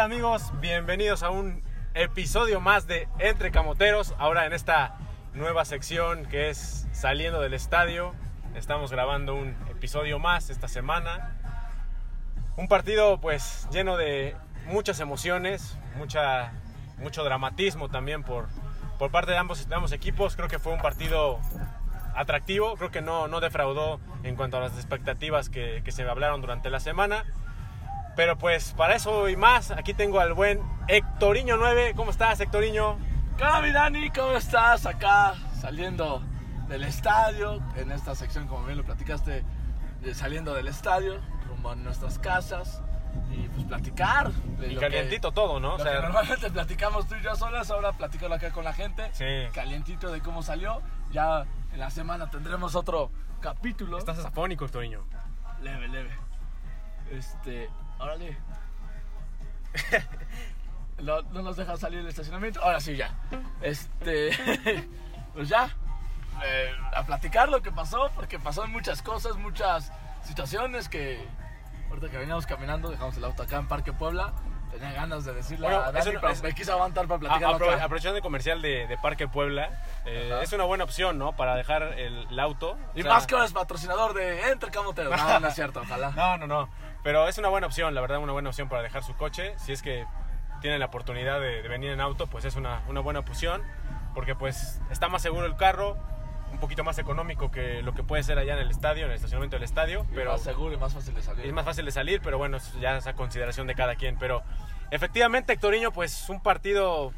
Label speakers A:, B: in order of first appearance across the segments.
A: amigos? Bienvenidos a un episodio más de Entre Camoteros. Ahora en esta nueva sección que es Saliendo del Estadio. Estamos grabando un episodio más esta semana. Un partido pues lleno de muchas emociones, mucha, mucho dramatismo también por, por parte de ambos, de ambos equipos. Creo que fue un partido atractivo, creo que no, no defraudó en cuanto a las expectativas que, que se hablaron durante la semana. Pero pues para eso y más, aquí tengo al buen Hectoriño 9. ¿Cómo estás, Hectoriño?
B: ¿Qué onda, mi Dani? ¿Cómo estás? Acá saliendo del estadio, en esta sección, como bien lo platicaste, de saliendo del estadio, rumbo a nuestras casas y pues platicar. de
A: Y
B: lo que-
A: calientito todo, ¿no?
B: lo
A: O
B: que
A: sea,
B: normalmente platicamos tú y yo solas, ahora platicalo acá con la gente.
A: Sí.
B: Calientito de cómo salió. Ya en la semana tendremos otro capítulo.
A: estás afónico, Hectoriño.
B: Leve, leve. Este, órale. no, no nos deja salir del estacionamiento. Ahora sí, ya. Este, pues ya. Eh, a platicar lo que pasó, porque pasaron muchas cosas, muchas situaciones que. Ahorita que veníamos caminando, dejamos el auto acá en Parque Puebla. Tenía ganas de decirle
A: Bueno,
B: a
A: es
B: Dani,
A: una-
B: pero
A: es- Ah,
B: me quise aguantar para
A: A-
B: platicar.
A: apro- aprovechando el comercial de, de Parque Puebla, eh,
B: Ajá.
A: es una buena opción, ¿no? Para dejar el, el auto.
B: Y
A: O sea,
B: más que ahora es patrocinador de Entre Camotero. No, no es cierto, ojalá.
A: No, no, no. Pero es una buena opción, la verdad, una buena opción para dejar su coche. Si es que tienen la oportunidad de, de venir en auto, pues es una, una buena opción. Porque pues está más seguro el carro, un poquito más económico que lo que puede ser allá en el estadio, en el estacionamiento del estadio.
B: Y
A: Pero
B: más seguro y más fácil de salir.
A: es más fácil de salir, pero bueno, es ya es a consideración de cada quien. Pero efectivamente, Hectoriño, pues un partido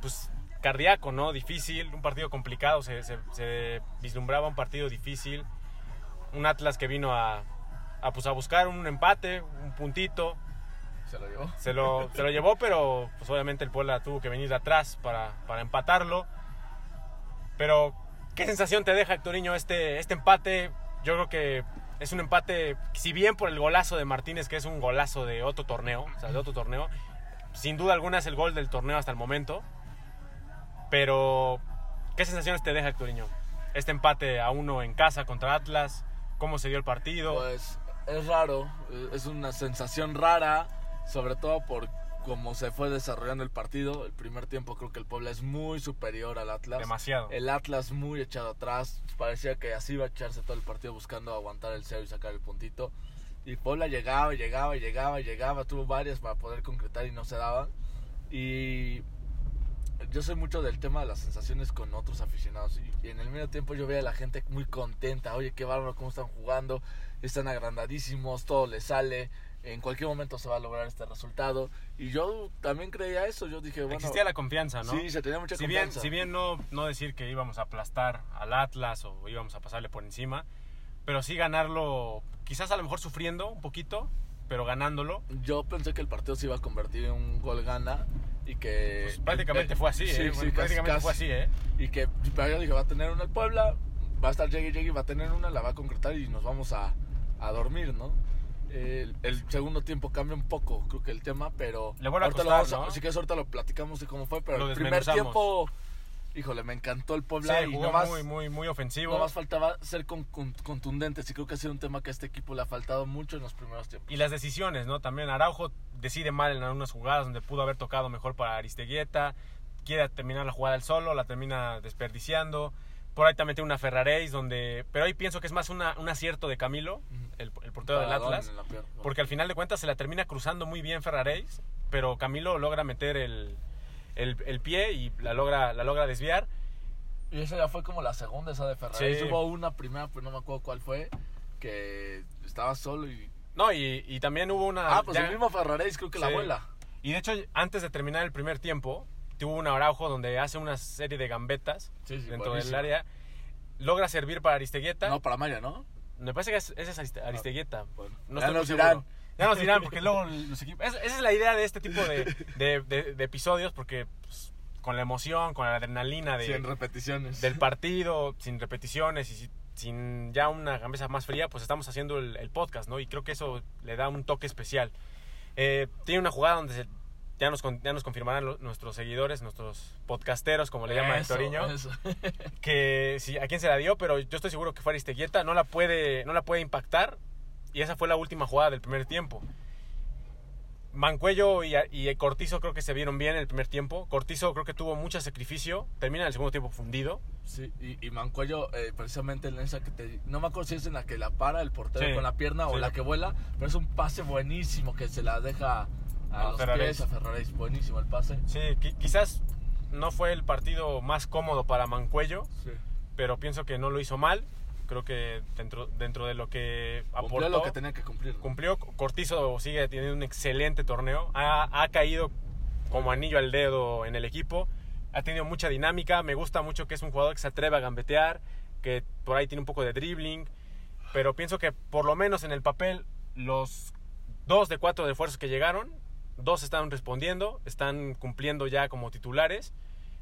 A: pues, cardíaco, ¿no? Difícil, un partido complicado, se, se- se vislumbraba un partido difícil. Un Atlas que vino a, a, pues, a buscar un empate, un puntito.
B: Se lo llevó.
A: Se lo, se lo llevó, pero pues obviamente el Puebla tuvo que venir de atrás para, para empatarlo. Pero, ¿qué sensación te deja, Hectoriño, este, este empate? Yo creo que es un empate, si bien por el golazo de Martínez, que es un golazo de otro torneo, o sea, de otro torneo, sin duda alguna es el gol del torneo hasta el momento. Pero, ¿qué sensaciones te deja, Hectoriño? Este empate a uno en casa contra Atlas, cómo se dio el partido.
B: Pues es raro, eh, es una sensación rara, sobre todo por cómo se fue desarrollando el partido. El primer tiempo creo que el Puebla es muy superior al Atlas.
A: Demasiado.
B: El Atlas muy echado atrás, parecía que así iba a echarse todo el partido buscando aguantar el cero y sacar el puntito. Y Puebla llegaba, y llegaba, y llegaba, y llegaba, tuvo varias para poder concretar y no se daban. Y yo soy mucho del tema de las sensaciones con otros aficionados. Y, y en el medio tiempo yo veía a la gente muy contenta. Oye, qué bárbaro, cómo están jugando. Están agrandadísimos, todo les sale. En cualquier momento se va a lograr este resultado. Y yo también creía eso. Yo dije, bueno.
A: Existía la confianza, ¿no?
B: Sí, se tenía mucha
A: si bien,
B: confianza.
A: si bien no, no decir que íbamos a aplastar al Atlas o íbamos a pasarle por encima, pero sí ganarlo, quizás a lo mejor sufriendo un poquito, pero ganándolo.
B: Yo pensé que el partido se iba a convertir en un gol gana y que
A: Pues prácticamente fue así, ¿eh?
B: Sí,
A: Bueno,
B: sí, casi,
A: prácticamente
B: casi.
A: fue así, ¿eh?
B: y que pero yo dije va a tener una el Puebla, va a estar llegue y llegue y va a tener una, la va a concretar y nos vamos a, a dormir, ¿no? El, el segundo tiempo cambia un poco, creo que el tema, pero
A: Le vuelve a
B: ahorita lo
A: costar,
B: vamos a-
A: ¿no?
B: sí que ahorita lo platicamos de cómo fue, pero
A: Lo
B: el primer
A: desmenuzamos.
B: tiempo, híjole, me encantó el Puebla
A: Sí,
B: y
A: jugó
B: nomás
A: muy, muy, muy ofensivo.
B: no más faltaba ser con- con- contundentes y creo que ha sido un tema que a este equipo le ha faltado mucho en los primeros tiempos.
A: Y las decisiones, ¿no? También Araujo decide mal en algunas jugadas donde pudo haber tocado mejor para Aristeguieta. Quiere terminar la jugada él solo, la termina desperdiciando. Por ahí también tiene una Ferraréis donde... Pero ahí pienso que es más una, un acierto de Camilo,
B: Ujú.
A: el, el portero del
B: Paradón
A: Atlas.
B: en la pierna.
A: Porque al final de cuentas se la termina cruzando muy bien Ferraréis, pero Camilo logra meter el, el- el pie y la logra, la logra desviar.
B: Y esa ya fue como la segunda, esa de Ferrari.
A: Sí.
B: Hubo una primera, pues no me acuerdo cuál fue, que estaba solo y...
A: No, y, y también hubo una...
B: Ah, pues
A: ya-
B: el mismo Ferrari, creo que la
A: Sí.
B: abuela.
A: Y de hecho, antes de terminar el primer tiempo, tuvo un Araujo donde hace una serie de gambetas
B: Sí, sí,
A: dentro del
B: buenísimo.
A: área. Logra servir para Aristeguieta.
B: No, para Maya, ¿no?
A: Me parece que es- ese es Ariste- Aristeguieta.
B: Bueno,
A: No
B: ya
A: estoy
B: nos
A: muy
B: dirán.
A: seguro. Ya nos dirán, porque luego los equipos... Esa, esa es la idea de este tipo de, de- de- de episodios, porque pues, con la emoción, con la adrenalina eh, de...
B: Sí, en repeticiones.
A: del partido, sin repeticiones y si- sin ya una camisa más fría, pues estamos haciendo el, el podcast, ¿no? Y creo que eso le da un toque especial. Eh, tiene una jugada donde se- ya, nos, con- ya nos confirmarán lo- nuestros seguidores, nuestros podcasteros, como le llama
B: Eso,
A: Hectoriño,
B: eso.
A: que si, a quién se la dio, pero yo estoy seguro que fue Aristeguieta, no la puede, no la puede impactar. Y esa fue la última jugada del primer tiempo. Mancuello y, y Cortizo creo que se vieron bien el primer tiempo. Cortizo creo que tuvo mucho sacrificio. Termina en el segundo tiempo fundido.
B: Sí, y, y Mancuello, eh, precisamente en esa que te. No me acuerdo si es en la que la para el portero
A: Sí,
B: con la pierna o
A: sí.
B: la que vuela, pero es un pase buenísimo que se la deja a,
A: A
B: los
A: Ferraris.
B: pies a Ferraris. Buenísimo el pase.
A: Sí, qui- quizás no fue el partido más cómodo para Mancuello,
B: Sí.
A: pero pienso que no lo hizo mal. Creo que dentro, dentro de lo que aportó,
B: Cumplió lo que tenía que cumplir. ¿no?
A: cumplió. Cortizo sigue teniendo un excelente torneo. Ha, ha caído como anillo al dedo en el equipo. Ha tenido mucha dinámica. Me gusta mucho que es un jugador que se atreve a gambetear, que por ahí tiene un poco de dribbling. Pero pienso que por lo menos en el papel, los dos de cuatro refuerzos que llegaron, dos están respondiendo, están cumpliendo ya como titulares.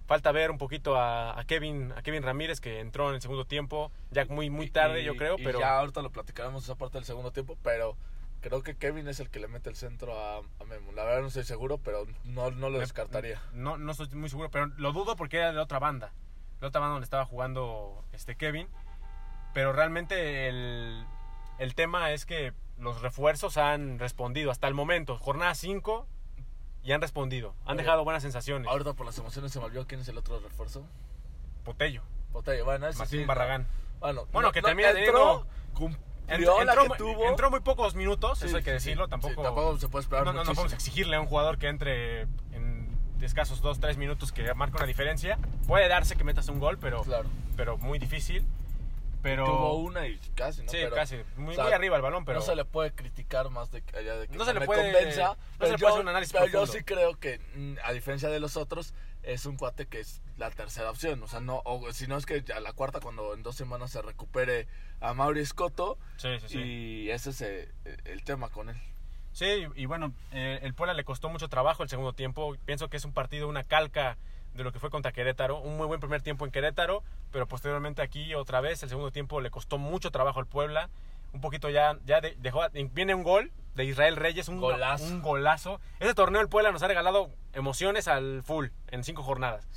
A: Falta ver un poquito a, a Kevin, a Kevin Ramírez que entró en el segundo tiempo, ya muy muy
B: Y-
A: tarde
B: y-
A: yo creo,
B: y
A: pero
B: Ya ahorita lo platicaremos esa parte del segundo tiempo, pero creo que Kevin es el que le mete el centro a, a Memo. La verdad no estoy seguro, pero no, no lo
A: Me-
B: descartaría.
A: Eh, No, no estoy muy seguro, pero lo dudo porque era de la otra banda. La otra banda donde estaba jugando este Kevin. Pero realmente el, el tema es que los refuerzos han respondido hasta el momento. Jornada 5 y han respondido. Han
B: Oye.
A: dejado buenas sensaciones.
B: Ahorita por las emociones se me olvidó quién es el otro refuerzo.
A: Potello,
B: Botella, bueno, ese
A: Martín
B: sí,
A: Barragán.
B: Bueno,
A: Bueno, que termina
B: entró,
A: teniendo-
B: cumplió
A: Entró,
B: la
A: entró
B: que
A: muy-
B: tuvo.
A: entró muy pocos minutos,
B: Sí,
A: eso hay que
B: sí,
A: decirlo.
B: sí.
A: Tampoco,
B: Sí, tampoco se puede esperar
A: no, no, no
B: muchísimo.
A: podemos exigirle a un jugador que entre en escasos 2-3 minutos que marca una diferencia. Puede darse que metas un gol, pero...
B: Claro.
A: pero muy difícil. Pero.
B: Tuvo una y casi, ¿no?
A: sí,
B: Pero
A: casi. Muy,
B: o sea,
A: muy arriba el balón, pero.
B: No se le puede criticar más de que- allá de que
A: No se le
B: me
A: puede-
B: convenza.
A: no se
B: pero
A: le puede
B: yo-
A: hacer un análisis
B: Pero yo
A: profundo.
B: sí creo que, mm, a diferencia de los otros, es un cuate que es la tercera opción. O sea, no, o si no es que a la cuarta, cuando en dos semanas se recupere a Mauri Escoto.
A: Sí, sí, sí.
B: Y ese es eh, el tema con él.
A: Sí, y bueno, eh, el Puebla le costó mucho trabajo el segundo tiempo. Pienso que es un partido, una calca de lo que fue contra Querétaro. Un muy buen primer tiempo en Querétaro, pero posteriormente aquí otra vez, el segundo tiempo le costó mucho trabajo al Puebla. Un poquito ya, ya de- dejó. Viene un gol de Israel Reyes, un
B: Golazo.
A: Un golazo. Ese torneo el Puebla nos ha regalado emociones al full en cinco jornadas.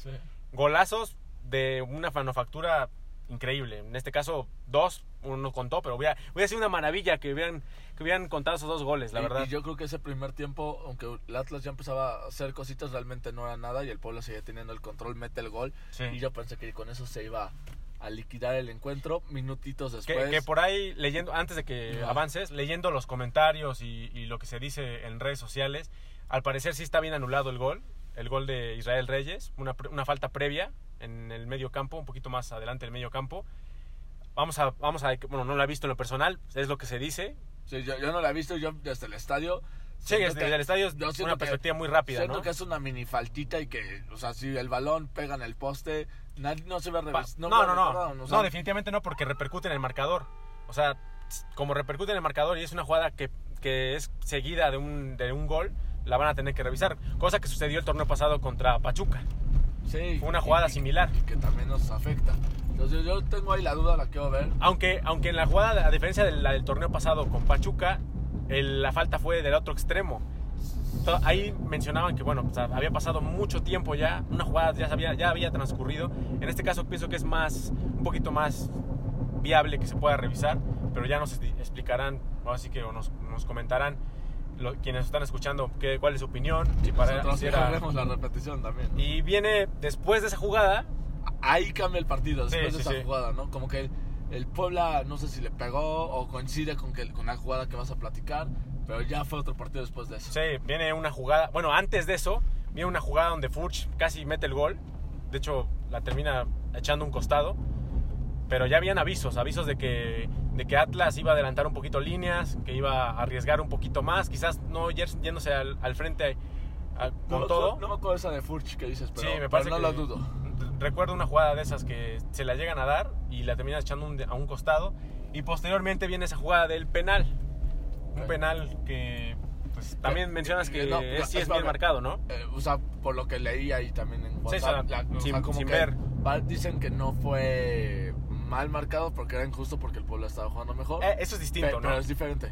A: golazos de una manufactura increíble. En este caso, dos, uno no contó, pero hubiera, hubiera sido una maravilla que hubieran, que hubieran contado esos dos goles, la
B: Y-
A: verdad.
B: Y yo creo que ese primer tiempo, aunque el Atlas ya empezaba a hacer cositas, realmente no era nada y el pueblo seguía teniendo el control, mete el gol.
A: Sí.
B: Y yo pensé que con eso se iba a liquidar el encuentro. Minutitos
A: que,
B: después.
A: que por ahí, leyendo, antes de que
B: pues, Ajá.
A: avances, leyendo los comentarios y, y lo que se dice en redes sociales, al parecer sí está bien anulado el gol, el gol de Israel Reyes, una, pre- una falta previa en el medio campo, un poquito más adelante del medio campo. Vamos a, vamos a, bueno, no la he visto en lo personal, es lo que se dice.
B: Sí, yo, yo no la he visto, yo desde el estadio.
A: Sí,
B: siento
A: desde
B: que-
A: el estadio es
B: yo siento
A: una
B: que-
A: perspectiva muy rápida,
B: Siento
A: ¿no?
B: que es una mini faltita y que, o sea, si el balón pega en el poste, na- no se ve
A: Pa-
B: revés.
A: No,
B: me
A: no, no.
B: recordaron, o sea,
A: No, definitivamente no, porque repercute en el marcador. O sea, s- como repercute en el marcador y es una jugada que, que es seguida de un, de un gol, la van a tener que revisar. Cosa que sucedió el torneo pasado contra Pachuca.
B: sí,
A: fue una jugada
B: y- y-
A: similar.
B: Y que también nos afecta. Entonces yo tengo ahí la duda, la quiero ver.
A: Aunque, aunque en la jugada, a diferencia de la del torneo pasado con Pachuca, el- la falta fue del otro extremo. To- Ahí mencionaban que, bueno, o sea, había pasado mucho tiempo ya, una jugada ya, se había, ya había transcurrido. En este caso pienso que es más, un poquito más viable que se pueda revisar, pero ya nos esti- explicarán, o así que o nos, nos comentarán lo- quienes nos están escuchando qué, cuál es su opinión. si para-
B: Nosotros
A: si era-
B: veremos la repetición también.
A: y viene después de esa jugada,
B: ahí cambia el partido
A: Sí,
B: después
A: sí,
B: de esa
A: sí.
B: jugada, ¿no? Como que el Puebla, no sé si le pegó o coincide con, que, con la jugada que vas a platicar, pero ya fue otro partido después de eso.
A: Sí, viene una jugada. Bueno, antes de eso, viene una jugada donde Furch casi mete el gol. De hecho, la termina echando un costado. Pero ya habían avisos, avisos de que, de que Atlas iba a adelantar un poquito líneas, que iba a arriesgar un poquito más, quizás no yer- yéndose al, al frente a- con
B: No me acuerdo-
A: todo.
B: No me acuerdo esa de Furch que dices, pero,
A: sí, me parece
B: pero no
A: que-
B: lo dudo.
A: Recuerdo una jugada de esas que se la llegan a dar y la terminan echando un- a un costado. Y posteriormente viene esa jugada del penal. Un
B: Ok.
A: penal que pues, también
B: Que-
A: mencionas
B: que
A: que
B: no,
A: es- sí es
B: espérame.
A: bien marcado, ¿no?
B: Eh, o sea, por lo que leí ahí también en
A: Sí,
B: WhatsApp,
A: o sea,
B: la- o
A: sin-
B: sea, como
A: sin
B: que
A: ver.
B: va- dicen que no fue mal marcado porque era injusto porque el Puebla estaba jugando mejor.
A: Eh, eso es
B: Pe-
A: distinto,
B: pero,
A: ¿no?
B: es diferente.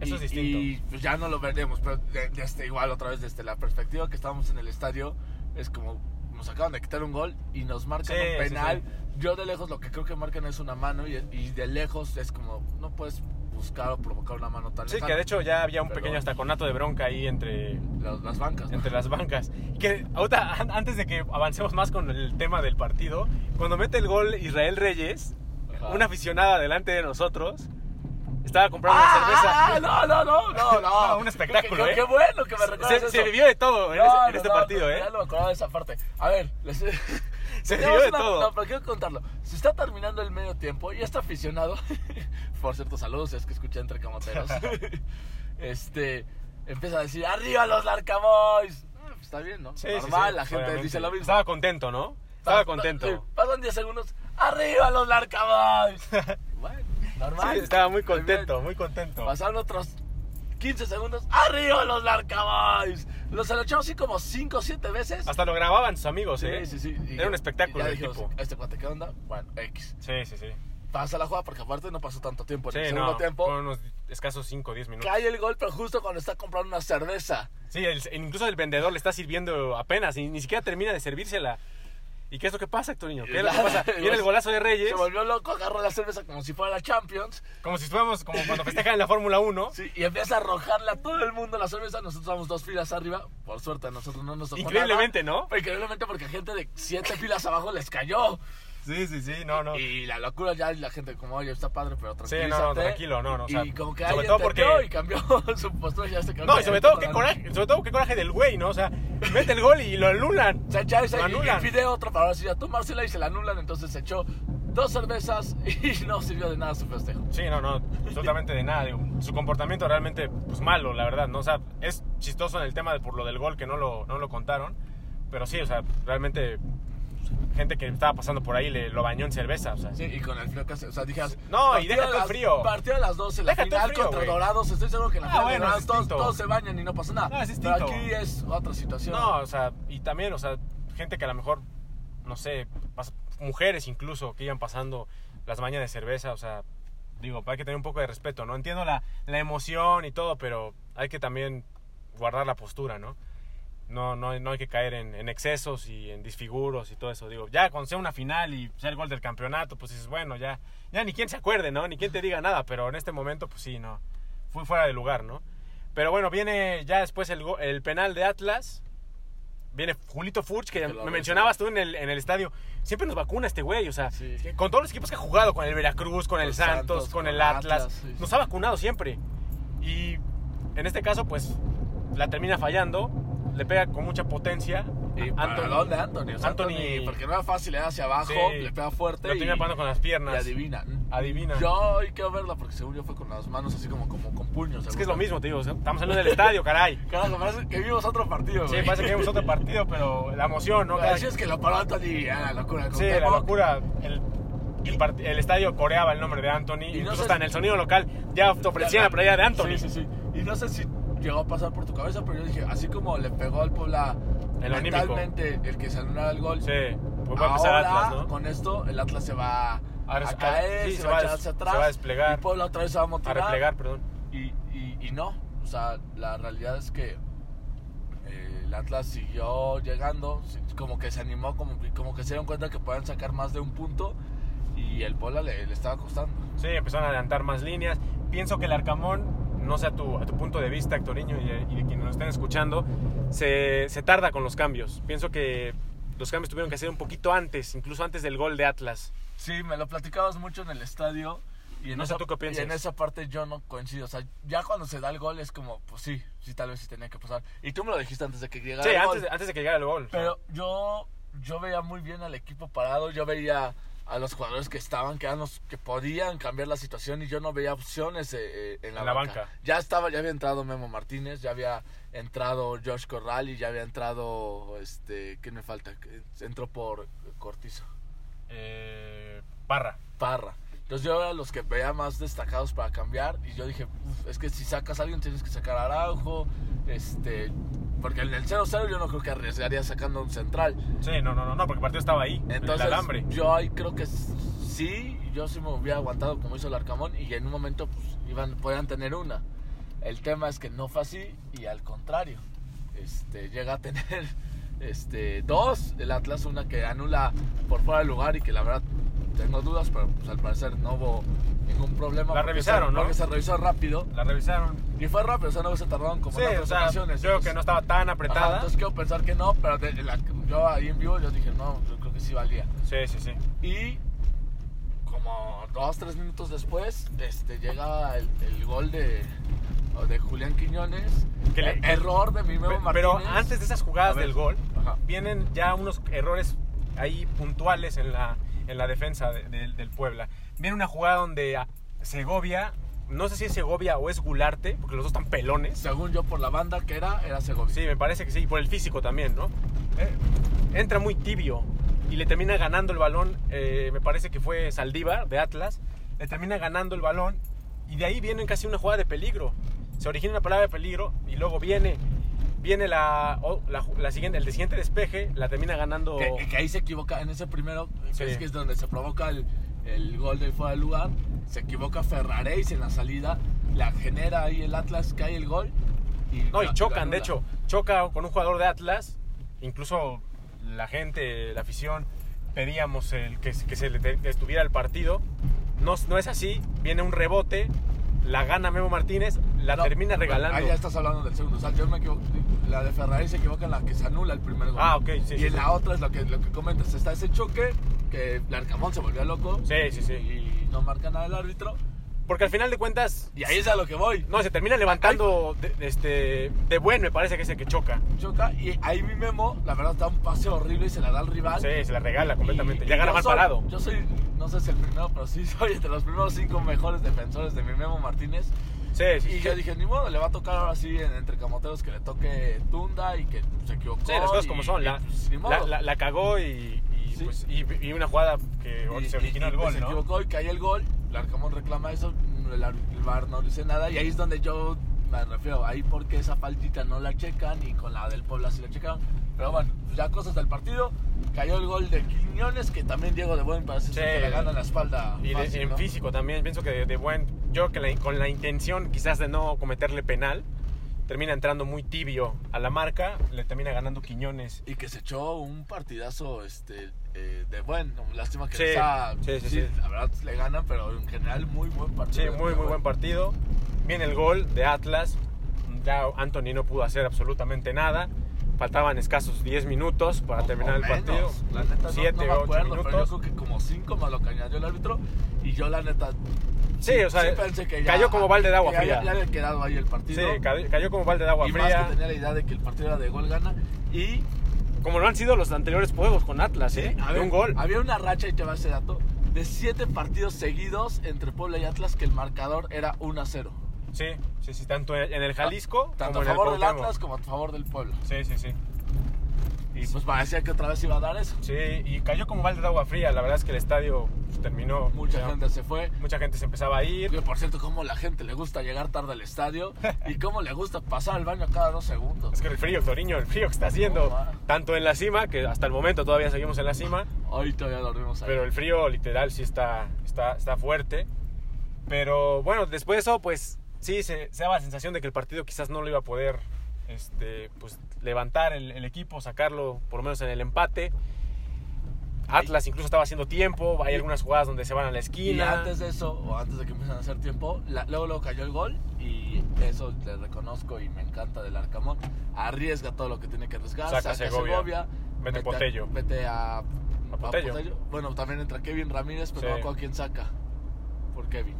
A: Eso
B: y,
A: es distinto.
B: Y pues ya no lo veremos, pero de- desde igual otra vez desde la perspectiva que estábamos en el estadio, es como nos acaban de quitar un gol y nos marcan
A: Sí,
B: un
A: sí,
B: penal. Yo de lejos lo que creo que marcan es una mano y, y de lejos es como no puedes buscar o provocar una mano tan
A: Sí,
B: lejana.
A: que de hecho ya había un pequeño
B: Pero-
A: hasta conato de bronca ahí entre,
B: Las, las bancas. ¿no?
A: entre las bancas. Que ahorita, an- antes de que avancemos más con el tema del partido, cuando mete el gol Israel Reyes,
B: Ajá.
A: una aficionada delante de nosotros estaba comprando
B: ah,
A: una cerveza.
B: ah, no, no, no, no, no.
A: No, un espectáculo,
B: Qué-
A: ¿eh?
B: Qué bueno que me
A: se,
B: recuerdas
A: se
B: eso.
A: vivió de todo en,
B: No,
A: ese- en
B: no,
A: este
B: no,
A: partido, ¿eh?
B: Ya no me acordaba de esa parte. A ver, les...
A: Se
B: tenemos
A: vivió de
B: una-
A: todo.
B: No, pero quiero contarlo. Se está terminando el medio tiempo y este aficionado, por cierto, saludos, es que escuché entre camoteros, este, empieza a decir, ¡Arriba los Larcaboys! Ah, pues Está bien, ¿no?
A: Sí, sí,
B: Normal,
A: sí,
B: la gente
A: obviamente.
B: dice lo mismo.
A: Estaba contento, ¿no? Estaba contento.
B: Sí, Pasan 10 segundos, ¡Arriba los Larcaboys! bueno, normal.
A: Sí, estaba muy
B: Está bien.
A: contento, muy contento.
B: Pasaron otros 15 segundos. ¡Arriba los Larcaboys! Los alochamos así como 5 o 7 veces.
A: Hasta lo grababan sus amigos, ¿eh?
B: Y-
A: Era un espectáculo
B: y ya
A: del
B: dijimos,
A: tipo.
B: ¿Este cuate qué onda? Bueno, X.
A: Sí, sí, sí.
B: Pasa la jugada porque aparte no pasó tanto tiempo. En
A: Sí,
B: el segundo
A: no,
B: tiempo
A: fueron unos escasos 5 o 10 minutos.
B: cae el gol, pero justo cuando está comprando una cerveza.
A: Sí, el- incluso el vendedor le está sirviendo apenas y ni siquiera termina de servírsela. ¿Y qué es lo que pasa, Hectorinho? ¿Qué es lo que pasa? Viene el golazo de Reyes,
B: Se volvió loco, agarró la cerveza como si fuera la Champions.
A: como si estuviéramos como cuando festejan en la Fórmula 1.
B: Sí, y empieza a arrojarle a todo el mundo la cerveza. Nosotros vamos dos filas arriba. Por suerte, a nosotros no nos tocó
A: Increíblemente, ¿no?
B: nada. Increíblemente porque gente de siete filas abajo les cayó.
A: Sí, sí, sí, no, no.
B: Y la locura ya y la gente como, oye, está padre, pero
A: Sí, no,
B: tranquilízate.
A: no, tranquilo, no, no, o sea,
B: y como que
A: sobre
B: alguien
A: todo
B: entendió
A: porque-
B: y cambió su postura ya se cambió.
A: No, y sobre todo, qué coraje, sobre todo qué coraje del güey, ¿no? O sea, mete el gol y lo anulan.
B: O sea, ya se
A: Lo anulan.
B: pide otra para ahora sí a tomársela y se la anulan, entonces se echó dos cervezas y no sirvió de nada su festejo.
A: Sí, no, no, absolutamente de nada. digo, su comportamiento realmente, pues malo, la verdad, ¿no? O sea, es chistoso en el tema de por lo del gol que no lo, no lo contaron. Pero sí, o sea, realmente, gente que estaba pasando por ahí le, lo bañó en cerveza, o sea.
B: Sí, y con el frío que hace, o sea, dijeras...
A: No, y
B: partido
A: deja
B: a
A: todo
B: las-
A: frío.
B: Partido a las 12, la
A: Deja todo
B: final
A: frío,
B: contra
A: güey.
B: Dorados, estoy seguro que en la
A: Ah,
B: final
A: bueno,
B: de Dorados
A: es
B: todos,
A: distinto.
B: todos se bañan y no pasa nada.
A: No, es
B: Pero
A: distinto.
B: aquí es otra situación.
A: No, o sea, y también, o sea, gente que a lo mejor, no sé, pas- mujeres incluso, que iban pasando las mañas de cerveza, o sea, digo, hay que tener un poco de respeto, ¿no? Entiendo la, la emoción y todo, pero hay que también guardar la postura, ¿no? No, no, no hay que caer en, en excesos y en disfiguros y todo eso. Digo, ya cuando sea una final y sea el gol del campeonato, pues dices, bueno, ya, ya ni quien se acuerde, ¿no? Ni quien te diga nada, pero en este momento, pues sí, no. Fue fuera de lugar, ¿no? Pero bueno, viene ya después el, go- el penal de Atlas. Viene Julito Furch, que
B: Que lo
A: me
B: ves,
A: mencionabas tú en el, en el estadio. Siempre nos vacuna este güey, o sea,
B: Sí.
A: con todos los equipos que ha jugado, con el Veracruz, con el
B: Con
A: Santos,
B: Santos,
A: con,
B: con
A: el Atlas,
B: Atlas, sí, sí.
A: nos ha vacunado siempre. Y en este caso, pues, la termina fallando, le pega con mucha potencia.
B: Y
A: A-
B: para el gol de Anthony. o sea,
A: Anthony-
B: Anthony, porque no era fácil, le da hacia abajo,
A: Sí.
B: le pega fuerte.
A: lo termina
B: y-
A: pegando con las piernas.
B: Y adivina.
A: Adivina.
B: Yo hay que verla porque según yo fue con las manos así como, como con puños.
A: Es que es lo mismo, te digo, o sea, estamos saliendo del estadio, caray.
B: Carajo, parece que vimos otro partido.
A: Sí,
B: güey.
A: parece que vemos otro partido, pero la emoción, ¿no?
B: Pero
A: Cada-
B: así es que lo paró Anthony. Ah, la locura. con
A: Sí, la
B: Temo.
A: locura. El, el part- el estadio coreaba el nombre de Anthony.
B: Y no
A: incluso
B: sé-
A: hasta en el sonido local ya te ofrecían la playa de Anthony.
B: Sí, sí, sí. Y no sé si llegó a pasar por tu cabeza, pero yo dije, así como le pegó al Puebla
A: En lo anímico.
B: mentalmente el que se anulara el gol.
A: Sí, pues va a empezar
B: Ahora,
A: Atlas, ¿no?
B: Con esto el Atlas se va
A: A
B: a,
A: res-
B: caer,
A: sí,
B: se, va a echar hacia
A: des-
B: atrás.
A: se va a desplegar.
B: Y Puebla otra vez se va a
A: A
B: motivar.
A: replegar, perdón.
B: Y, y- y no, o sea, la realidad es que eh, el Atlas siguió llegando, si- como que se animó, como, que- como que se dieron cuenta que podían sacar más de un punto y el Puebla le, le estaba costando.
A: Sí, empezaron a adelantar más líneas. Pienso que el Arcamón, no sé a tu, a tu punto de vista, Actoriño, y, de- y de quienes nos estén escuchando, se, se tarda con los cambios. Pienso que los cambios tuvieron que hacer un poquito antes, incluso antes del gol de Atlas.
B: Sí, me lo platicabas mucho en el estadio. Y en,
A: No sé
B: esa,
A: tú qué
B: y
A: piensas.
B: en esa parte yo no coincido. O sea, ya cuando se da el gol es como, pues sí, sí, tal vez sí tenía que pasar. Y tú me lo dijiste antes de que llegara
A: Sí,
B: el
A: antes,
B: gol.
A: de- antes de que llegara el gol.
B: Pero yo, yo veía muy bien al equipo parado, yo veía a los jugadores que estaban, que, eran los que podían cambiar la situación y yo no veía opciones eh, eh, en la,
A: En la
B: banca.
A: banca.
B: Ya estaba, ya había entrado Memo Martínez, ya había entrado Josh Corral y ya había entrado, este, ¿qué me falta? Entró por Cortizo,
A: Eh, Parra.
B: Parra. Entonces yo era los que veía más destacados para cambiar y yo dije, "Uf, es que si sacas a alguien tienes que sacar a Araujo, este, porque en el 0-0 yo no creo que arriesgaría sacando a un central.
A: Sí, no, no, no, no, porque el partido estaba ahí.
B: Entonces,
A: el alambre.
B: yo ahí creo que s- sí, yo sí me hubiera aguantado como hizo el Arcamón y en un momento pues, iban, podían tener una. El tema es que no fue así y al contrario, este, llega a tener este, dos, el Atlas una que anula por fuera de lugar y que la verdad tengo dudas, pero pues, al parecer no hubo ningún problema.
A: La
B: porque
A: revisaron,
B: se,
A: ¿no?
B: Porque se revisó rápido.
A: La revisaron.
B: Y fue rápido, o sea, no se tardaron como
A: Sí, o
B: en otras
A: sea, yo
B: ocasiones.
A: creo
B: entonces-
A: que no estaba tan
B: Ajá,
A: apretada.
B: entonces quiero pensar que no, pero de la- yo ahí en vivo yo dije, no, yo creo que sí valía.
A: Sí, sí, sí.
B: Y como dos, tres minutos después, este, llega el, el gol de, de Julián Quiñones.
A: Que le-
B: error de mi
A: Pe-
B: nuevo Martínez.
A: Pero antes de esas
B: A
A: jugadas
B: ver.
A: del gol,
B: Ajá.
A: vienen ya unos errores ahí puntuales en la, en la defensa de- de- del Puebla. Viene una jugada donde a Segovia, no sé si es Segovia o es Gularte, porque los dos están pelones.
B: Según yo, por la banda que era, era Segovia.
A: Sí, me parece que sí, y por el físico también, ¿no? Eh, entra muy tibio y le termina ganando el balón, eh, me parece que fue Saldívar de Atlas, le termina ganando el balón y de ahí viene casi una jugada de peligro. Se origina una palabra de peligro y luego viene viene la, o- la ju- la siguiente el siguiente despeje, la termina ganando
B: Que, que ahí se equivoca en ese primero, que
A: Sí.
B: es que es donde se provoca el, el gol de fuera de lugar. Se equivoca Ferraréis en la salida, la genera ahí el Atlas, cae el gol. Y
A: No, y
B: la-
A: chocan, de
B: la anula.
A: hecho, choca con un jugador de Atlas, incluso la gente, la afición, pedíamos el, que, que se le te- estuviera el partido. No, no es así, viene un rebote, la gana Memo Martínez, la
B: No,
A: termina regalando.
B: Ahí ya estás hablando del segundo. O sea, yo me equivoco. La de Ferrari se equivoca en la que se anula el primer gol.
A: Ah, ok, sí,
B: Y
A: sí, sí.
B: en la otra es lo que, lo que comentas. Está ese choque que Larcamón se volvió loco.
A: Sí, sí, sí.
B: Y no marca nada el árbitro.
A: Porque al final de cuentas,
B: Y ahí es a lo que voy.
A: no, se termina levantando de, este, de buen, me parece que es el que choca.
B: Choca y ahí mi memo, la verdad, da un pase horrible y se la da al rival.
A: Sí, se la regala completamente.
B: Y-
A: Ya
B: y
A: gana
B: yo
A: mal
B: soy-
A: parado.
B: Yo soy, no sé si el primero, pero sí soy entre los primeros cinco mejores defensores de mi Memo Martínez.
A: Sí, sí,
B: Y
A: sí.
B: yo dije, ni modo, le va a tocar ahora sí en- entre camoteros que le toque Tunda y que se equivocó.
A: Sí, las cosas
B: y-
A: como son.
B: y,
A: La,
B: pues, ni modo.
A: la- la- la cagó y, y,
B: Sí.
A: pues, y- y una jugada que
B: Y-
A: se
B: y-
A: originó
B: y,
A: el
B: pues,
A: gol,
B: Se
A: ¿no?
B: equivocó y cae el gol. Larcamón reclama eso. El, ar- el VAR no dice nada. Y ahí es donde yo me refiero. Ahí porque esa faltita no la checan y con la del Puebla sí la checaron. Pero bueno, pues, ya cosas del partido. Cayó el gol de Quiñones, que también Diego de Buen parece
A: Sí.
B: que le gana la espalda.
A: Y de-
B: fácil,
A: en
B: ¿no?
A: físico también, pienso que de, de buen. Yo que la- con la intención quizás de no cometerle penal, termina entrando muy tibio a la marca, le termina ganando Quiñones.
B: Y que se echó un partidazo este, eh, de buen. Lástima que
A: Sí,
B: esa-
A: sí, sí, sí.
B: la verdad le ganan, pero en general muy buen
A: Sí,
B: partido. de
A: muy,
B: De
A: muy
B: Buen.
A: buen partido. Viene el gol de Atlas. Ya Anthony no pudo hacer absolutamente nada. Faltaban escasos 10 minutos para
B: O-
A: terminar
B: o
A: el partido.
B: menos. La neta, no-
A: 7
B: no,
A: o
B: me acuerdo, pero yo
A: minutos.
B: creo que como 5 más lo que añadió el árbitro. Y yo, la neta.
A: Sí, o sea,
B: pensé que ya-
A: cayó como balde de agua
B: que ya-
A: fría.
B: Ya, había quedado ahí el partido.
A: Sí, cayó, cayó como balde de agua
B: y más
A: fría.
B: que tenía la idea de que el partido era de gol gana. Y.
A: Como lo han sido los anteriores juegos con Atlas, ¿eh?
B: a
A: De
B: ver,
A: un gol.
B: Había una racha, y te va ese dato, de 7 partidos seguidos entre Puebla y Atlas que el marcador era 1 a 0.
A: Sí, sí, sí. Tanto en el Jalisco
B: Ah, Tanto
A: como
B: a
A: en el
B: favor del
A: Cuauhtémoc.
B: Atlas como a favor del Puebla.
A: Sí, sí, sí.
B: Y pues parecía que otra vez iba a dar eso.
A: Sí, y cayó como balde de agua fría. La verdad es que el estadio pues, terminó.
B: Mucha
A: ya,
B: gente se fue.
A: Mucha gente se empezaba a ir.
B: Que, por cierto, cómo la gente le gusta llegar tarde al estadio y cómo le gusta pasar al baño cada dos segundos.
A: Es que el frío, Toriño, el frío que está haciendo.
B: No, ah. va.
A: tanto en la cima, que hasta el momento todavía seguimos en la cima,
B: Hoy todavía dormimos ahí.
A: pero el frío literal sí está, está, está fuerte. Pero bueno, después de eso, pues sí, se, se daba la sensación de que el partido quizás no lo iba a poder este, pues, levantar el, el equipo, sacarlo por lo menos en el empate. Atlas incluso estaba haciendo tiempo, hay algunas jugadas donde se van a la
B: y
A: esquina.
B: antes de eso, o antes de que empiezan a hacer tiempo, la- luego, luego cayó el gol y eso le reconozco y me encanta del Arcamón. Arriesga todo lo que tiene que arriesgar.
A: Saca
B: a
A: Segovia. Mete
B: a-
A: Potello.
B: Mete a, a
A: Potello.
B: Bueno, también entra Kevin Ramírez, pero
A: Sí.
B: no me acuerdo quién saca. Por Kevin.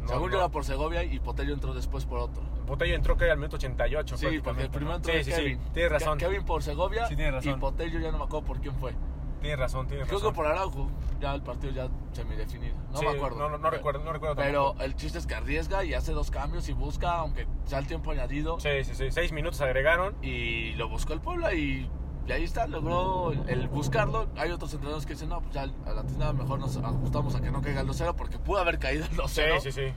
A: No,
B: Según
A: no.
B: yo era por Segovia y Potello entró después por otro.
A: Botello entró que al minuto 88.
B: Sí, porque el
A: prácticamente,
B: primero
A: ¿no?
B: entró
A: Sí,
B: de
A: sí,
B: Kevin.
A: sí, tienes
B: Ke-
A: razón.
B: Kevin por Segovia
A: Sí, tienes razón.
B: y Potello ya no me acuerdo por quién fue.
A: Tienes razón, tienes
B: Creo que
A: razón.
B: por Araujo, ya el partido ya semidefinido. No
A: Sí,
B: me acuerdo.
A: No, no, no recuerdo, no recuerdo
B: Pero
A: tampoco.
B: el chiste es que arriesga y hace dos cambios y busca, aunque sea el tiempo añadido.
A: Sí, sí, sí. Seis minutos agregaron.
B: Y lo buscó el Puebla y, y ahí está, logró el, el buscarlo. Hay otros entrenadores que dicen, no, pues ya a la tienda mejor nos ajustamos a que no caiga el 2-0 porque pudo haber caído el 2-0.
A: Sí, sí, sí.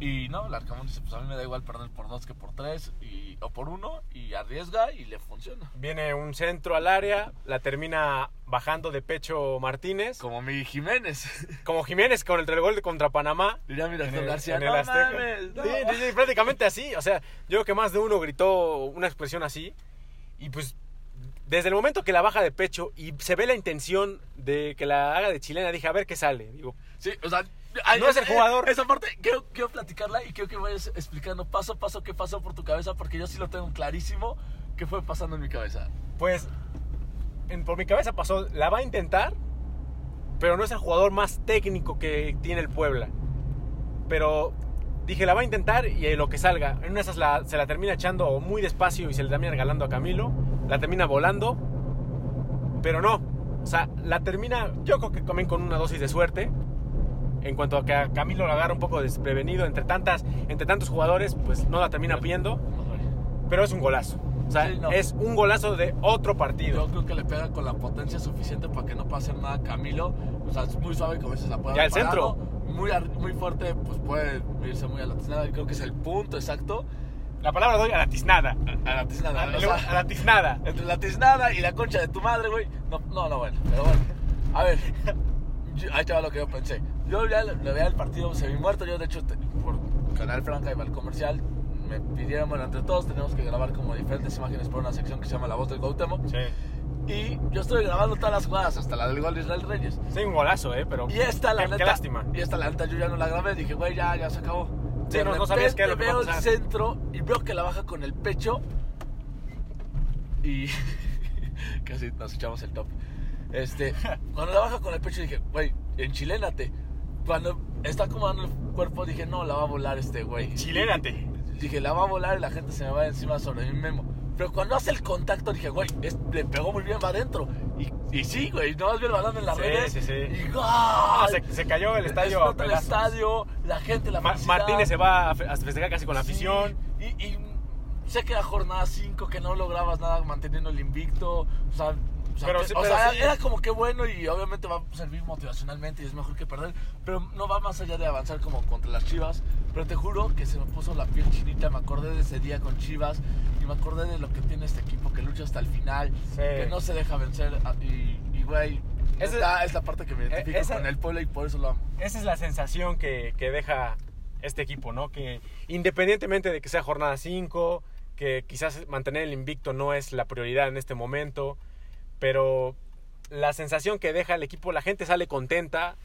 B: Y no, el Arcamón dice, pues a mí me da igual perder por dos que por tres y, o por uno y arriesga y le funciona.
A: Viene un centro al área, la termina bajando de pecho Martínez.
B: Como mi Jiménez.
A: Como Jiménez con el gol de contra Panamá.
B: Diría mira,
A: en el-
B: García,
A: en el
B: no
A: Azteca.
B: mames, no".
A: Sí, sí, sí, prácticamente así. O sea, yo creo que más de uno gritó una expresión así. Y pues desde el momento que la baja de pecho y se ve la intención de que la haga de chilena, dije, a ver qué sale. Digo,
B: Sí, o sea.
A: No es el jugador.
B: Esa parte quiero, quiero platicarla y quiero que vayas explicando paso a paso qué pasó por tu cabeza, porque yo sí lo tengo clarísimo qué fue pasando en mi cabeza.
A: pues en- por mi cabeza pasó, la va a intentar, pero no es el jugador más técnico que tiene el Puebla. Pero dije, la va a intentar y eh, lo que salga. En una de esas la- se la termina echando muy despacio y se le termina regalando a Camilo. La termina volando, pero no. O sea, la termina, yo creo que también con una dosis de suerte. En cuanto a que a Camilo la agarra un poco desprevenido entre, tantas, entre tantos jugadores, pues no la termina pidiendo. pero es un golazo. O sea,
B: Sí, no.
A: es un golazo de otro partido.
B: Yo creo que le pega con la potencia suficiente para que no pase nada a Camilo. O sea, es muy suave, como veces la puede
A: Ya
B: haber
A: al centro.
B: parado. Muy, ar- muy fuerte, pues puede irse muy a la tiznada. Creo que es el punto exacto.
A: La palabra doy a la tiznada.
B: A la tiznada.
A: A,
B: o
A: Ah, luego,
B: sea,
A: a la tiznada.
B: entre la tiznada y la concha de tu madre, güey. No, no, no, bueno. Pero bueno. A ver. yo- ahí te va lo que yo pensé. Yo ya le, le veía el partido semi muerto. Yo, de hecho, te- por Canal Franca y Comercial, me pidieron, bueno, entre todos tenemos que grabar como diferentes imágenes por una sección que se llama La Voz del Cuauhtémoc. Y yo estoy grabando todas las jugadas, hasta la del gol de Israel Reyes.
A: Sí, un golazo, ¿eh? Pero.
B: Y esta, la
A: qué,
B: neta.
A: qué lástima.
B: Y esta, la neta, yo ya no la grabé. Dije, güey, ya, ya se acabó.
A: Sí,
B: De
A: no- no sabías qué era lo que iba a
B: repente veo el
A: pasar.
B: centro y veo que la baja con el pecho. Y. casi nos echamos el top. Este. cuando la baja con el pecho, dije, güey, enchilénate. Cuando está acomodando el cuerpo, dije, no, la va a volar este güey.
A: Chilénate.
B: Dije, la va a volar y la gente se me va encima sobre mi memo. Pero cuando hace el contacto, dije, güey, es- le pegó muy bien, va adentro. Y, y sí, güey, no más vi el balón en las
A: Sí,
B: redes.
A: sí, sí.
B: Y ¡gol!
A: Ah, se, se cayó el estadio. a
B: Explota el
A: pedazos.
B: estadio, la gente, la
A: Ma-
B: felicidad.
A: Martínez se va a fe- a festejar casi con la
B: Sí,
A: afición.
B: Y, y sé que era jornada 5, que no lograbas nada manteniendo el invicto. O sea, o sea,
A: Pero
B: que-
A: sí,
B: o
A: pero
B: sea,
A: sí.
B: era como que bueno y obviamente va a servir motivacionalmente y es mejor que perder. Pero no va más allá de avanzar como contra las Chivas. Pero te juro que se me puso la piel chinita. Me acordé de ese día con Chivas y me acordé de lo que tiene este equipo que lucha hasta el final,
A: Sí.
B: que no se deja vencer. a- Y, y, güey,
A: Ese-
B: esta es la parte que me identifico
A: esa-
B: con el pueblo y por eso lo amo.
A: Esa es la sensación que, que deja este equipo, ¿no? Que independientemente de que sea jornada 5, que quizás mantener el invicto no es la prioridad en este momento, pero la sensación que deja el equipo, la gente sale contenta,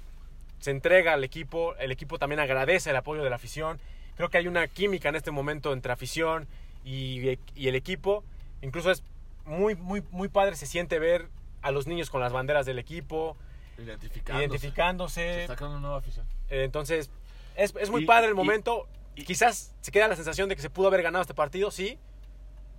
A: se entrega al equipo, el equipo también agradece el apoyo de la afición. Creo que hay una química en este momento entre afición y, y el equipo. Incluso es muy, muy, muy padre, se siente ver a los niños con las banderas del equipo,
B: Identificándose. Se
A: identificándose.
B: está creando una nueva afición.
A: Eh, Entonces, es, es muy
B: Y-
A: padre el
B: y-
A: momento. Quizás se queda la sensación de que se pudo haber ganado este partido, sí.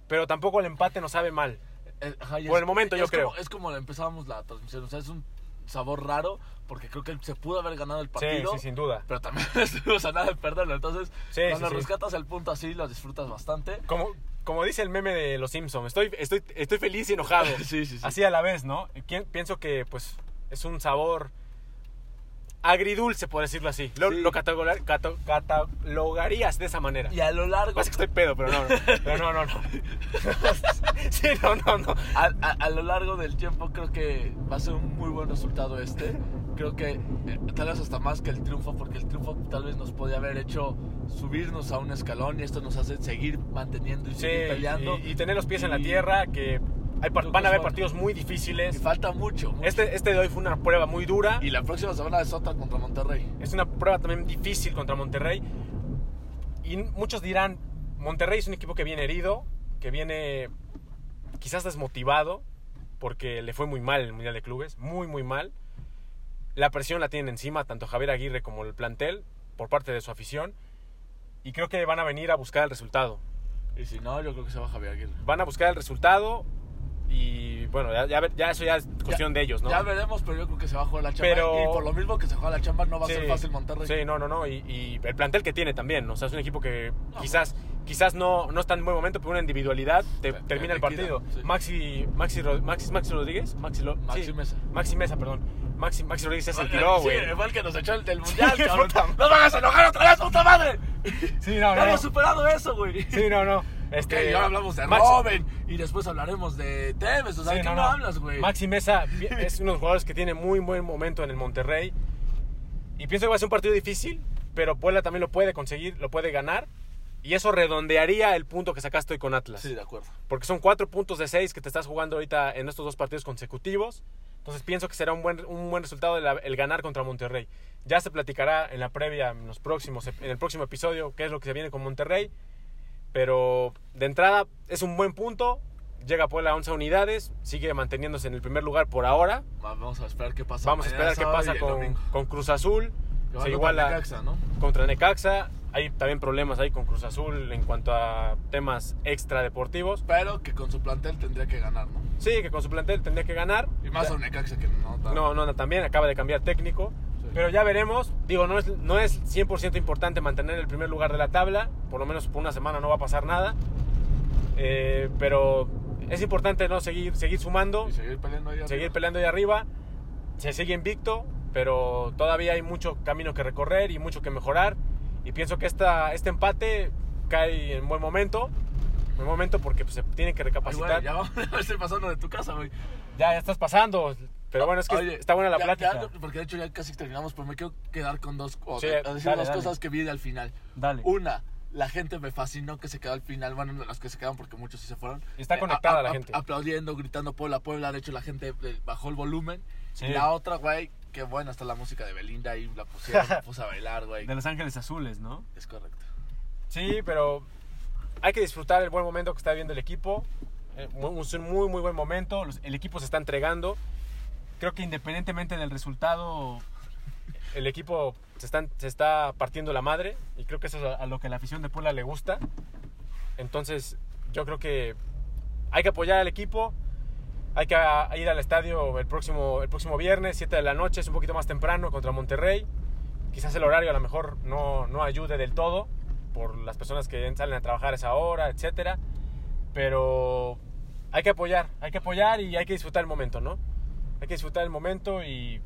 A: Pero tampoco el empate nos sabe mal.
B: Eh, ajá, y
A: Por el momento, yo
B: es como-
A: creo.
B: es como empezábamos la transmisión, o sea, es un sabor raro porque creo que se pudo haber ganado el partido,
A: Sí, sí, sin duda.
B: pero también estuvimos a nada de perderlo. Entonces,
A: Sí,
B: cuando
A: sí, sí.
B: rescatas el punto así, lo disfrutas bastante.
A: Como, como dice el meme de Los Simpsons, estoy, estoy, estoy feliz y enojado.
B: Sí, sí, sí.
A: Así a la vez, ¿no? Y quien- Pienso que pues es un sabor agridulce, por decirlo así. Lo,
B: Sí.
A: lo catalogar- cato- catalogarías de esa manera.
B: Y a lo largo,
A: Pasa que estoy pedo, pero no, no. Pero no, no, no. sí, no, no, no.
B: a, a- a lo largo del tiempo creo que va a ser un muy buen resultado este. Creo que eh, tal vez hasta más que el triunfo, porque el triunfo tal vez nos podía haber hecho subirnos a un escalón y esto nos hace seguir manteniendo y
A: Sí,
B: seguir peleando.
A: y, y tener los pies en la
B: Y-
A: tierra, que hay par-
B: Creo que
A: van a
B: es
A: haber
B: bueno.
A: partidos muy
B: y
A: difíciles.
B: falta mucho, mucho.
A: Este, este de hoy fue una prueba muy dura.
B: Y la próxima semana es otra contra Monterrey.
A: Es una prueba también difícil contra Monterrey. Y n- muchos dirán, Monterrey es un equipo que viene herido, que viene quizás desmotivado, porque le fue muy mal en el Mundial de Clubes, muy, muy mal. La presión la tienen encima tanto Javier Aguirre como el plantel por parte de su afición. Y creo que van a venir a buscar el resultado.
B: Y si no, yo creo que se va Javier Aguirre.
A: van a buscar el resultado y bueno, ya, ya, ver- ya eso ya es cuestión de ellos, ¿no?
B: Ya veremos, pero yo creo que se va a jugar la chamba.
A: Pero-
B: Y por lo mismo que se juega la chamba, no va
A: Sí,
B: a ser fácil Monterrey.
A: Sí, no, no, no. Y, y el plantel que tiene también, ¿no? o sea, es un equipo que
B: No,
A: quizás, quizás no, no está en buen momento, pero una individualidad te,
B: Te-
A: termina
B: te
A: el
B: liquida,
A: partido.
B: sí.
A: Maxi, Maxi, Ro- Maxi, Maxi Rodríguez, Maxi, Lo-
B: Maxi
A: sí,
B: Mesa. Ah,
A: Maxi Mesa, perdón. Maxi, Maxi Rodríguez ya se tiró, güey.
B: Sí, eh, fue el que nos echó el del mundial,
A: Sí,
B: cabrón.
A: puta madre.
B: ¡No me hagas enojar otra vez, puta madre!
A: Sí, no,
B: ¡No
A: no.
B: había superado eso, güey!
A: Sí, no, no.
B: Ok,
A: Este,
B: y ahora hablamos de
A: Maxi-
B: Robin. Y después hablaremos de Tevez. O sea,
A: Sí,
B: ¿de qué
A: no,
B: no,
A: no.
B: hablas, güey?
A: Maxi Mesa vi- es uno de los jugadores que tiene muy buen momento en el Monterrey. Y pienso que va a ser un partido difícil, pero Puebla también lo puede conseguir, lo puede ganar. Y eso redondearía el punto que sacaste hoy con Atlas.
B: Sí, de acuerdo.
A: Porque son cuatro puntos de seis que te estás jugando ahorita en estos dos partidos consecutivos. Entonces pienso que será un buen, un buen resultado el, el ganar contra Monterrey. Ya se platicará en la previa, en, los próximos, en el próximo episodio, qué es lo que se viene con Monterrey. Pero de entrada es un buen punto. Llega Puebla a 11 unidades, sigue manteniéndose en el primer lugar por ahora.
B: Vamos a esperar qué pasa.
A: Vamos a
B: mañana,
A: esperar qué
B: sábado y
A: pasa
B: el
A: con,
B: domingo.
A: con Cruz Azul.
B: Que van
A: Se
B: contra
A: iguala
B: Necaxa, ¿no?
A: contra Necaxa. Hay también problemas ahí con Cruz Azul en cuanto a temas extradeportivos.
B: Pero que con su plantel tendría que ganar, ¿no?
A: Sí, que con su plantel tendría que ganar.
B: Y más a un Necaxa que no. da-
A: No, no anda tan bien, acaba de cambiar técnico.
B: Sí.
A: Pero ya veremos. Digo, no es, no es 100% importante mantener el primer lugar de la tabla. Por lo menos por una semana no va a pasar nada. Eh, pero es importante no seguir, seguir sumando,
B: Y seguir peleando ahí
A: seguir
B: arriba.
A: peleando ahí arriba. Se sigue invicto, pero todavía hay mucho camino que recorrer y mucho que mejorar. Y pienso que esta, este empate cae en buen momento. Buen momento porque pues, se tiene que
B: Ay,
A: recapacitar.
B: güey, ya vamos a estoy pasando de tu casa, güey.
A: ya, ya estás pasando. Pero bueno, es que
B: Ah, Oye,
A: está buena la
B: ya-
A: plática.
B: ya, porque de hecho ya casi terminamos, pero me quiero quedar con dos, o
A: Sí,
B: de- a decir
A: dale,
B: dos
A: dale.
B: cosas que vi al final.
A: Dale.
B: Una, la gente me fascinó que se quedó al final, bueno, de las que se quedan porque muchos sí se fueron.
A: Y está
B: Eh,
A: conectada
B: a-
A: la
B: a-
A: gente.
B: Aplaudiendo, gritando Puebla, Puebla. De hecho, la gente eh, bajó el volumen.
A: Sí.
B: Y la otra, güey, qué buena está la música de Belinda ahí, la pusieron, la puse a bailar, güey.
A: Los Ángeles Azules, ¿no?
B: Es correcto.
A: Sí, pero hay que disfrutar el buen momento que está viviendo el equipo. Eh, mu- Es un muy, muy buen momento. Los- El equipo se está entregando. Creo que independientemente del resultado, el equipo se, están- se está partiendo la madre. Y creo que eso es a, a lo que la afición de Puebla le gusta. Entonces, yo creo que hay que apoyar al equipo. Hay que a- ir al estadio el próximo, el próximo viernes, 7 de la noche, es un poquito más temprano contra Monterrey. Quizás el horario a lo mejor no, no ayude del todo por las personas que salen a trabajar a esa hora, etcétera. Pero hay que apoyar, hay que apoyar y hay que disfrutar el momento, ¿no? Hay que disfrutar el momento y,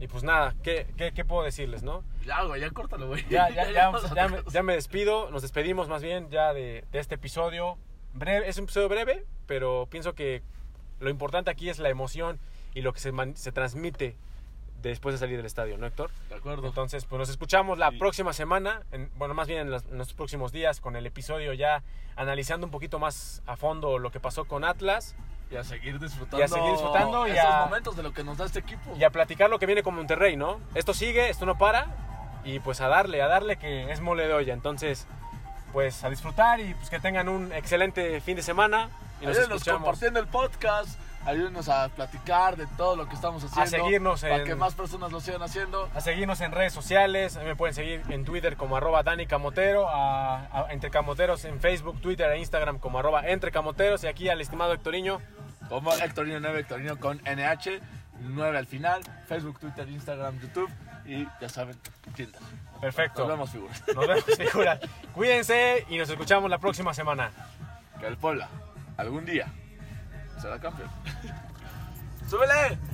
A: y pues nada, ¿qué, qué, qué puedo decirles, no?
B: Ya, güey, ya córtalo, güey.
A: ya, ya, ya,
B: vamos a
A: ya me,
B: otra
A: ya me despido, nos despedimos más bien ya de, de este episodio. Breve, es un episodio breve, pero pienso que lo importante aquí es la emoción y lo que se, man- se transmite después de salir del estadio, ¿no, Héctor?
B: cosa. De acuerdo.
A: Entonces, pues nos escuchamos la
B: Y-
A: próxima semana, en- bueno, más bien en los, en los próximos días con el episodio ya analizando un poquito más a fondo lo que pasó con Atlas
B: Y a seguir disfrutando.
A: Y a seguir disfrutando y
B: esos
A: a-
B: momentos de lo que nos da este equipo.
A: y a platicar lo que viene con Monterrey, ¿no? Esto sigue, esto no para y pues a darle, a darle que es mole de olla. Entonces, pues a disfrutar y pues que tengan un excelente fin de semana y nos
B: Ayúdenos
A: escuchamos.
B: compartiendo el podcast. Ayúdenos a platicar de todo lo que estamos haciendo.
A: seguirnos en-
B: Para que más personas lo sigan haciendo.
A: A seguirnos en redes sociales, a mí me pueden seguir en Twitter como arroba Dani Camotero, a, a Entre Camoteros en Facebook, Twitter e Instagram como arroba Entre Camoteros y aquí al estimado Hectoriño.
B: Como Hectorino 9, Hectorino con NH. 9 al final. Facebook, Twitter, Instagram, YouTube. Y ya saben, Tinder.
A: Perfecto.
B: Nos vemos, figuras.
A: Nos vemos, figuras. Cuídense y nos escuchamos la próxima semana.
B: Que el Puebla algún día será campeón. ¡Súbele!